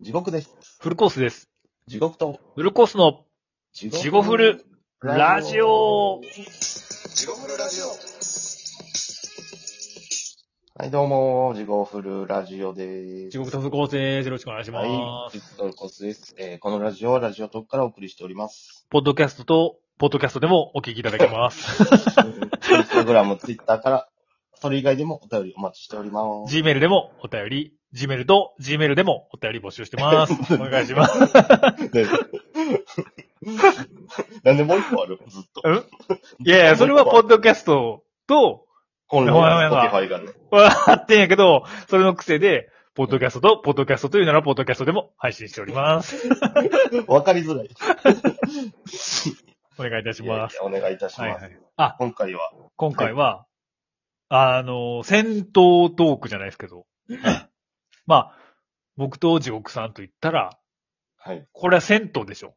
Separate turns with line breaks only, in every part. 地獄です。
フルコースです。
地獄と、
フルコースの
地
地獄フルラジオ。
地獄フルラジオ。はい、どうも、地獄フルラジオでー
地
す。
獄とフルコースです。よろしくお願いします。
はい、地獄コースです。えーこのラジオはラジオトークからお送りしております。
ポッドキャストと、ポッドキャストでもお聞きいただけます。
インスタグラム、ツイッターから、それ以外でもお便りお待ちしております。
Gmail でもお便り、Gmail と Gmail でもお便り募集してます。 お願いします。
でなんでもう一個あるずっと。
いやいや、それはポッドキャストと、
本来
ごめんごめん
は
ごめ
Spotify
ん
がね。
わかってんやけど、それの癖で、ポッドキャストと、ポッドキャストというなら、ポッドキャストでも配信しております。
わかりづらい。
お願いいたします。
いやいやお願いいたし
はい
ま
は
す。
い。あ、
今回は、
今回は、あの、戦闘トークじゃないですけ ど、まあ、僕と地獄さんと言ったら、
はい。
これは銭湯でしょ。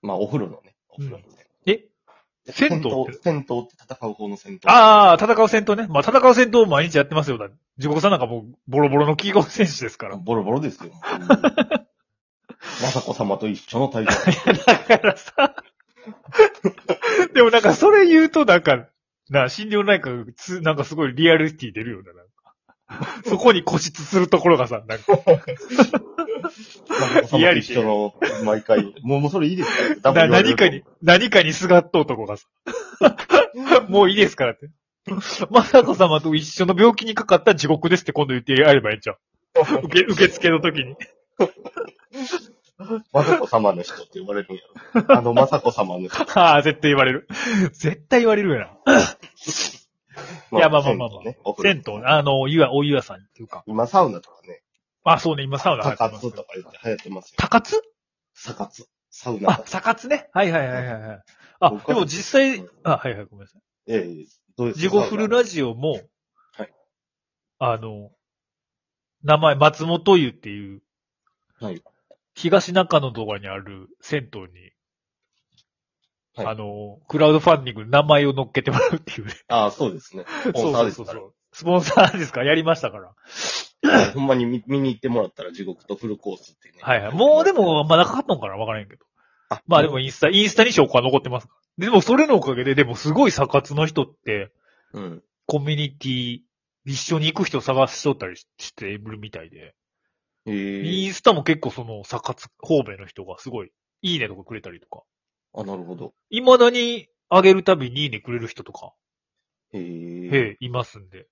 まあ、お風呂のね。お風呂のね。
え
戦
銭湯
闘
って
戦闘って戦う方の戦闘。
ああ、戦う戦闘ね。まあ、戦う戦闘毎日やってますよ。だ地獄さんなんかもう、ボロボロのキーゴ選手ですから。
ボロボロですよ。雅子様と一緒の 体重。
だからさ、 でもなんかそれ言うとなんか、な、心療内科つ、なんかすごいリアリティ出るような、なん か。そこに固執するところがさ、なんか、
雅子様と一緒の、毎回。もう、もうそれいいですか多分 言われ
な何
る
かに、何かにすがった男がさ、もういいですからって。まさこ様と一緒の病気にかかった地獄ですって今度言ってやればいいんちゃう受け、受付の時に。
雅子様の人って呼ばれるんやろ。あ の、雅子様の人。
ああ、絶対言われる。絶対言われるよな。いやまあまあまあまあ
銭湯ねお風呂
銭湯、あの、お湯は、お湯屋さんっていうか。
今、サウナとかね、
あ、そうね、今サウナ入
サ
って
カ
ま
ツ
す
と。か言って流行ってますよ。
タカツ
サカツ。サウナ
あ、。サカツね。はいはいはいはいはい。あ、
僕
で
は
も実際、あ、はいはい、ごめんなさい。
ええどうです
自己フルラジオも、
はい。
あの、名前、松本湯っていう、
はい。
東中野とかにある銭湯に、
はい
あの、クラウドファンディングに名前を乗っけてもらうっていうね。
ああ、そうですね。スポンサーです
そう
か
そうそ
ら
う。スポンサーですから、やりましたから。
ほんまに見見に行ってもらったら地獄とフルコースってね。
はいはい。もうで、も、まだかかったのかなわからへんけど。まあでもインスタ、インスタに証拠は残ってますから。でもそれのおかげで、でもすごいサカツの人って、
うん。
コミュニティ、一緒に行く人探しとったりししてるみたいで。
へえ
インスタも結構その、サカツ方面の人がすごい、いいねとかくれたりとか。
あ、なるほど。
未だに上げるたびにいいねくれる人とか、
へ
え
え
え、いますんで。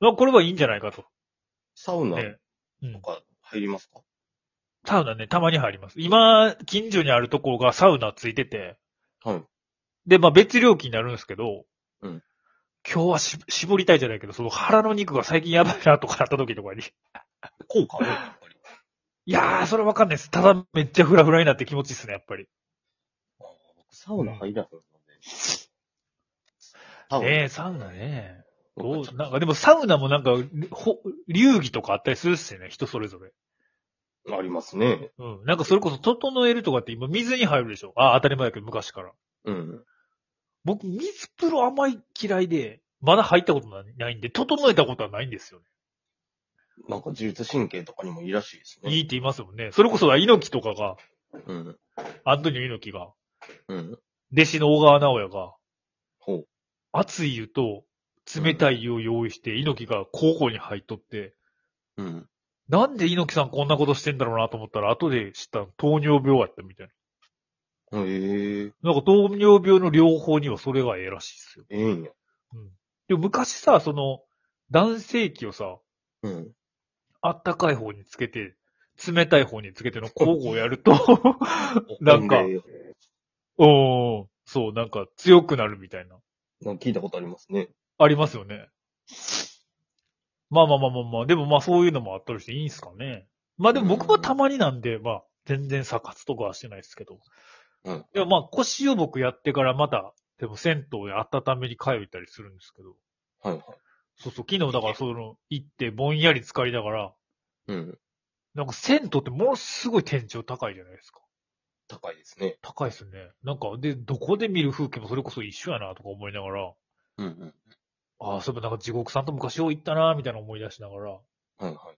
まあこれはいいんじゃないかと。
サウナ
ねう
と
ん。
か入りますか
サウナね、たまに入ります。今、近所にあるところがサウナついてて、
はい。
で、まあ別料金になるんですけど、
うん
今日はし絞りたいじゃないけど、その腹の肉が最近やばいなとかなった時とかに、
効果あるやっぱり。
いやー、それわかんないです。ただめっちゃフラフラになって気持ちいいっすね、やっぱり。
あ僕サウナ入らへんので。サウナ
ええサウナね。ど
僕
う
ちょっ
なんかでもサウナもなんか、ほ流儀とかあったりするっすよね、人それぞれ。
とありますね。
うん。なんかそれこそ、整えるとかって今水に入るでしょ。ああ、当たり前だけど、昔から。
うん。
僕、水風呂あんまり嫌いで、まだ入ったことないないんで、整えたことはないんですよね。
なんか自律神経とかにもいいらしいですね。
いいって言いますもんね。それこそ、猪木とかが、
うん。
アントニオ猪木が、
うん。
弟子の小川直也が、
ほう。
熱い湯と冷たい湯を用意して、猪木が高校に入っとって、
うん。
なんで猪木さんこんなことしてんだろうなと思ったら、後で知ったの糖尿病やったみたい
ええ
な。なんか糖尿病の療法にはそれがええらしいですよ。
ええんや。
うん。でも昔さ、その、男性器をさ、
うん。
あったかい方につけて、冷たい方につけての交互をやると、なんか
ほで
おー、そう、なんか強くなるみたいな。
なんか聞いたことありますね。
ありますよね。まあまあまあまあまあ、でもまあそういうのもあったりしていいんすかね。まあでも僕はたまになんで、まあ全然サカツとかはしてないですけど。
うん。
いやまあ腰を僕やってからまた、でも銭湯で温めに通ったりするんですけど。
はいはい。
そうそう、昨日だからその行ってぼんやり浸かりながら、
うん。
なんか銭湯ってものすごい天井高いじゃないですか。
高いですね。
高いですね。なんか、で、どこで見る風景もそれこそ一緒やなとか思いながら、
うんうん。
ああ、そういえばなんか地獄さんと昔よう行ったな、みたいな思い出しながら、
はいはいはい。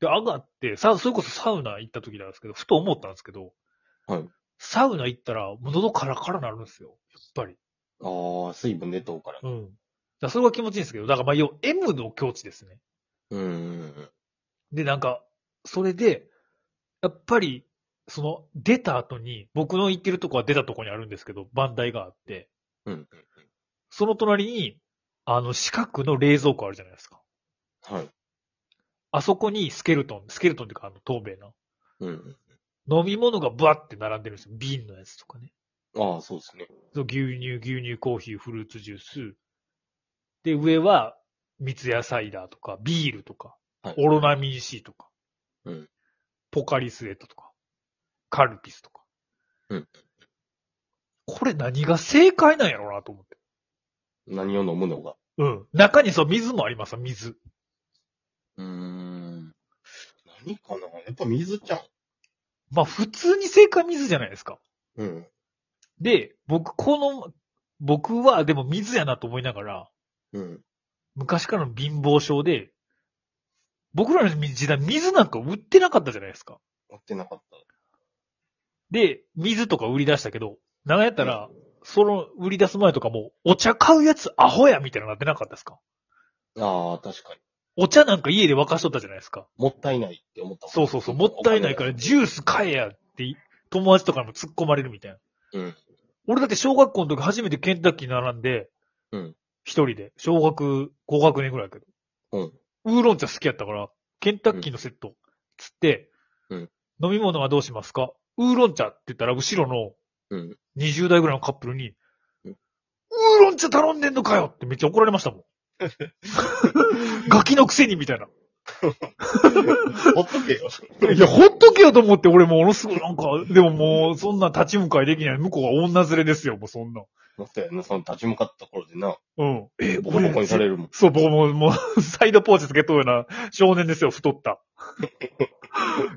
で、上がって、さ、それこそサウナ行った時なんですけど、ふと思ったんですけど、
はい。
サウナ行ったら、もう喉カラカラなるんですよ。やっぱり。
ああ、水分出とうから。
うん。だからそれは気持ちいいんですけど、だからまあ、要、M の境地ですね。
うーん。
で、なんか、それで、やっぱり、その、出た後に、僕の行ってるとこは出たとこにあるんですけど、番台があって、
うん。
その隣に、あの、四角の冷蔵庫あるじゃないですか。
はい。
あそこにスケルトン、スケルトンっていうか、あの、透明な。
うん。
飲み物がバって並んでるんですよ。瓶のやつとかね。
ああ、そうですね。
そう牛乳、牛乳、コーヒー、フルーツジュース。で、上は、三ツ矢サイダーとか、ビールとか、
はい。
オロナミン C とか、
うん
ポカリスエットとか、カルピスとか。
うん
これ何が正解なんやろうなと思って。
何を飲むのが。
うん。中にそう、水もありますよ、水。
うーん。何かなやっぱ水ちゃん。
まあ、普通に正解水じゃないですか。
うん。
で、僕、この、僕は、でも水やなと思いながら、
うん。
昔からの貧乏症で、僕らの時代、水なんか売ってなかったじゃないですか。
持ってなかった。
で、水とか売り出したけど、長やったら、その売り出す前とかも、お茶買うやつアホやみたいなのなってなかったですか
ああ、確かに。
お茶なんか家で沸かしとったじゃないですか。
もったいないって思った。
そうそうそう、もったいないからジュース買えやって、友達とかにも突っ込まれるみたいな。
うん。
俺だって小学校の時初めてケンタッキー並んで、
うん
一人で、小学、高学年ぐらいだけど。
うん
ウーロン茶好きやったから、ケンタッキーのセット、つって、
うん
飲み物はどうしますかウーロン茶って言ったら、後ろの
うん。
20代ぐらいのカップルに、
う
ウ
ん
ーロン茶頼んでんのかよってめっちゃ怒られました もん。ガキのくせにみたいな。
ほっとけよ。
いや、ほっとけよと思って、俺ものすごい、なんか、でももう、そんな立ち向かいできない。向こうは女連れですよ、もうそんな。
まさやな、その立ち向かった頃でな。
うん。え
ボコボコにされるもん。
そう、僕も、もう、 サイドポーチつけとるような少年ですよ、太 った。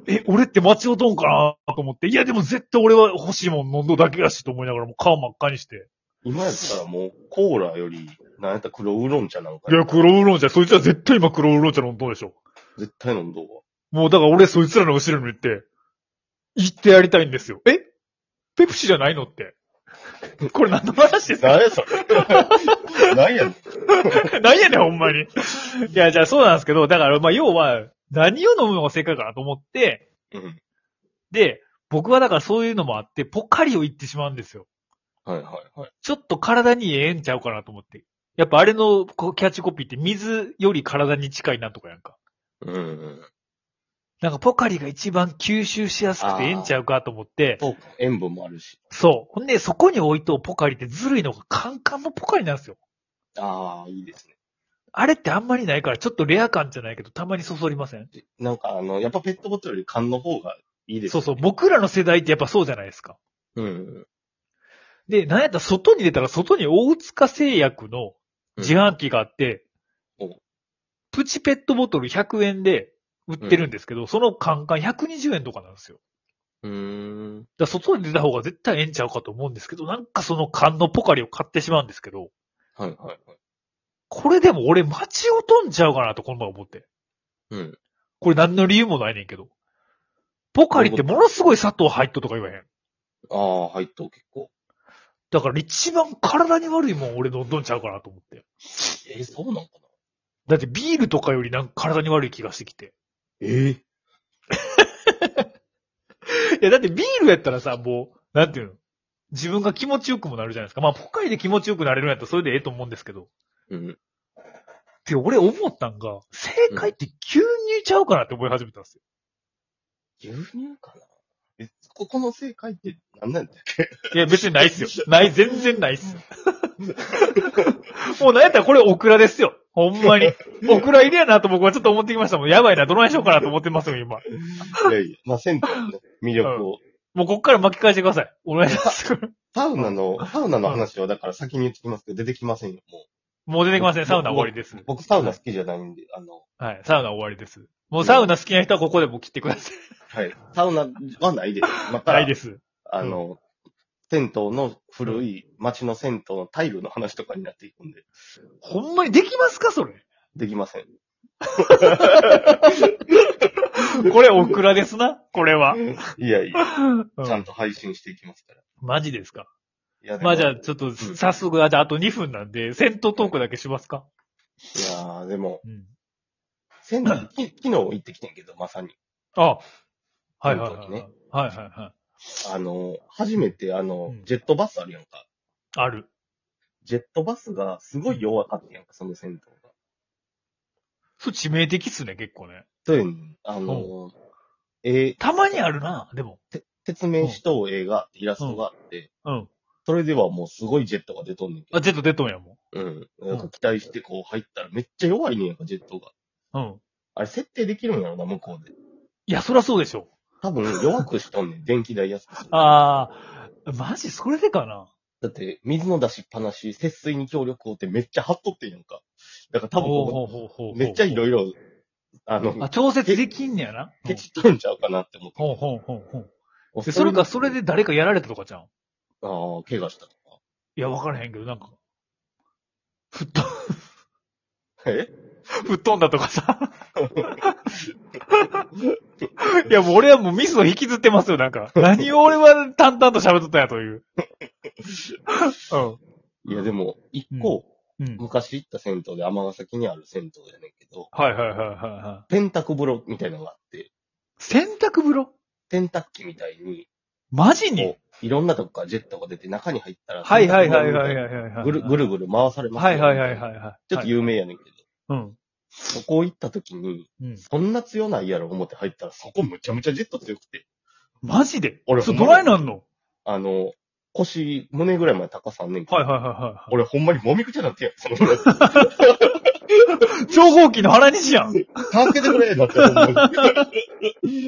え、俺って町をどんかなと思って、いや、でも絶対俺は欲しいもん飲んどだけやしと思いながら、もう顔真っ赤にして。
今やったらもう、コーラより、なんやったら黒ウーロン茶なんか
いや、黒ウーロン茶、そいつは絶対今黒ウーロン茶飲んどうでしょ。
絶対飲んどうわ。
もうだから俺そいつらの後ろに行って、行ってやりたいんですよ。えペプシじゃないのって。これ何の話ですか
何 やそれ。何やねん。
何やねん、ほんまに。いや、じゃあそうなんですけど、だから、まあ、要は、何を飲むのが正解かなと思って、
うん。
で、僕はだからそういうのもあって、ポカリを言ってしまうんですよ。
はいはいはい。
ちょっと体にええんちゃうかなと思って。やっぱあれのこうキャッチコピーって、水より体に近いなんとかやんか。
うんうん。
なんかポカリが一番吸収しやすくてええんちゃうかと思って、
そうか。塩分もあるし。
そう。ほんで、そこに置いとうポカリってずるいのがカンカンのポカリなんですよ。
ああ、いいですね。
あれってあんまりないから、ちょっとレア感じゃないけど、たまにそそりません
でなんかあの、やっぱペットボトルより缶の方がいいです、
そうそう。。僕らの世代ってやっぱそうじゃないですか。
うんうん。
で、なんやったら外に出たら外に大塚製薬の自販機があって、
うんお
プチペットボトル100円で売ってるんですけど、そのカンカン120円とかなんですよ。
うーん。
だから外に出た方が絶対ええんちゃうかと思うんですけど、なんかその缶のポカリを買ってしまうんですけど、
はいはいはい。
これでも俺街を飛んじゃうかなとこの前思って。
うん。
これ何の理由もないねんけど。ポカリってものすごい砂糖入っととか言わへん。
ああ、入っとう結構。
だから一番体に悪いもん俺飲んどんちゃうかなと思って。
えー、そうなんかな
だってビールとかよりなんか体に悪い気がしてきて。
ええ
いや、だってビールやったらさ、もう、なんていうの自分が気持ちよくもなるじゃないですか。まあ、ポカリで気持ちよくなれるんやったらそれでええと思うんですけど。
うん。
てか俺思ったんが、正解って牛乳ちゃうかなって思い始めたんですよ。
牛乳かなえ、ここの正解って何なんだっけ
いや、別にないっすよ。ない、全然ない っすよ。もうなんやったらこれオクラですよ。ほんまに。オクラ入れやなと僕はちょっと思ってきましたもん。やばいな、どないしようかなと思ってますよ、今。
いやいや、まあ、銭湯のね、魅力を。
もうこっから巻き返してください。お願いします。
サウナの、サウナの話はだから先に言ってきますけど、出てきませんよ、も
もう出てきません。サウナ終わりです
う。。僕サウナ好きじゃないんで、あの、
はい。サウナ終わりです。もうサウナ好きな人はここでも切ってください。
はい。サウナは ないです。また、
ないです。
あの、銭湯の古い町の銭湯のタイルの話とかになっていくんで、
ほんまにできますかそれ。
できません。
これオクラですな、これは。
いやいや、
うん
ちゃんと配信していきますから。
マジですか。
いやでも
まあじゃあ、ちょっと、早速、あじゃああと2分なんで、戦闘トークだけしますか。
いやーでも、
うん。
先日、き昨日行ってきてんけど、まさに。
あ、はいはいは
その
い、
時ね
はいはいはい。
あの、初めてあの、
うん
ジェットバスあるやんか。
ある。
ジェットバスがすごい弱かったやんか、その戦闘が。
そう、致命的っすね、結構ね。
そうやねんあの、えー
たまにあるな、でも。
説明しとう映画、イラストがあって、
うん。
それではもうすごいジェットが出とんねんけ
あ、
ど。
ジェット出とんやも
うん。なんか期待してこう入ったらめっちゃ弱いねんやんか、ジェットが。
ん。うん。
あれ設定できるんやろな、向こうで。
いや、そりゃそうでしょ。
多分弱くしと んねん、電気代安くする。
あー、マジそれでかな。
だって、水の出しっぱなし、節水に協力をってめっちゃ張っとってんやんか。だから多分こ
ほうほうほうほ
こ、
う
めっちゃいろ
い
いろ、あの
ろ。あ、、調節できんねやな。
ケチっとんちゃうかなって思って。
ほうほうほうほう。
お
で、それか、それ。で誰かやられたとかじゃん。
ああ、怪我したとか。
いや、わからへんけど、なんか、吹っ飛、
え
吹っ飛んだとかさ。いや、もう俺はもうミスを引きずってますよ、なんか。何を俺は淡々と喋っとったんやという。
いや、でも、一個、
うん。うん。
昔行った銭湯で、尼崎にある銭湯やねんけど、
はいはいはいはいは
洗濯風呂みたいなのがあって、
い。洗濯風呂
洗濯機みたいに、
マジに
こう、いろんなとこからジェットが出て中に入ったら、。
はいはいはいはいはいいはいはい。
ぐる、ぐるぐる回されます
は
よ
いはいはいはいはい。
ちょっと有名やねんけど、
うん。
そこ行った時に、
うん。
そんな強ないやろ思って入ったら、そこむちゃむちゃジェット強くて、
マジで
俺
そう、ドライなんの
あの、腰、胸ぐらいまで高さんねんけど、
はいはいはいはい。
俺ほんまにもみくちゃなってやん。そのぐらい助
超合金の原西やん
けてくれなってほんまに。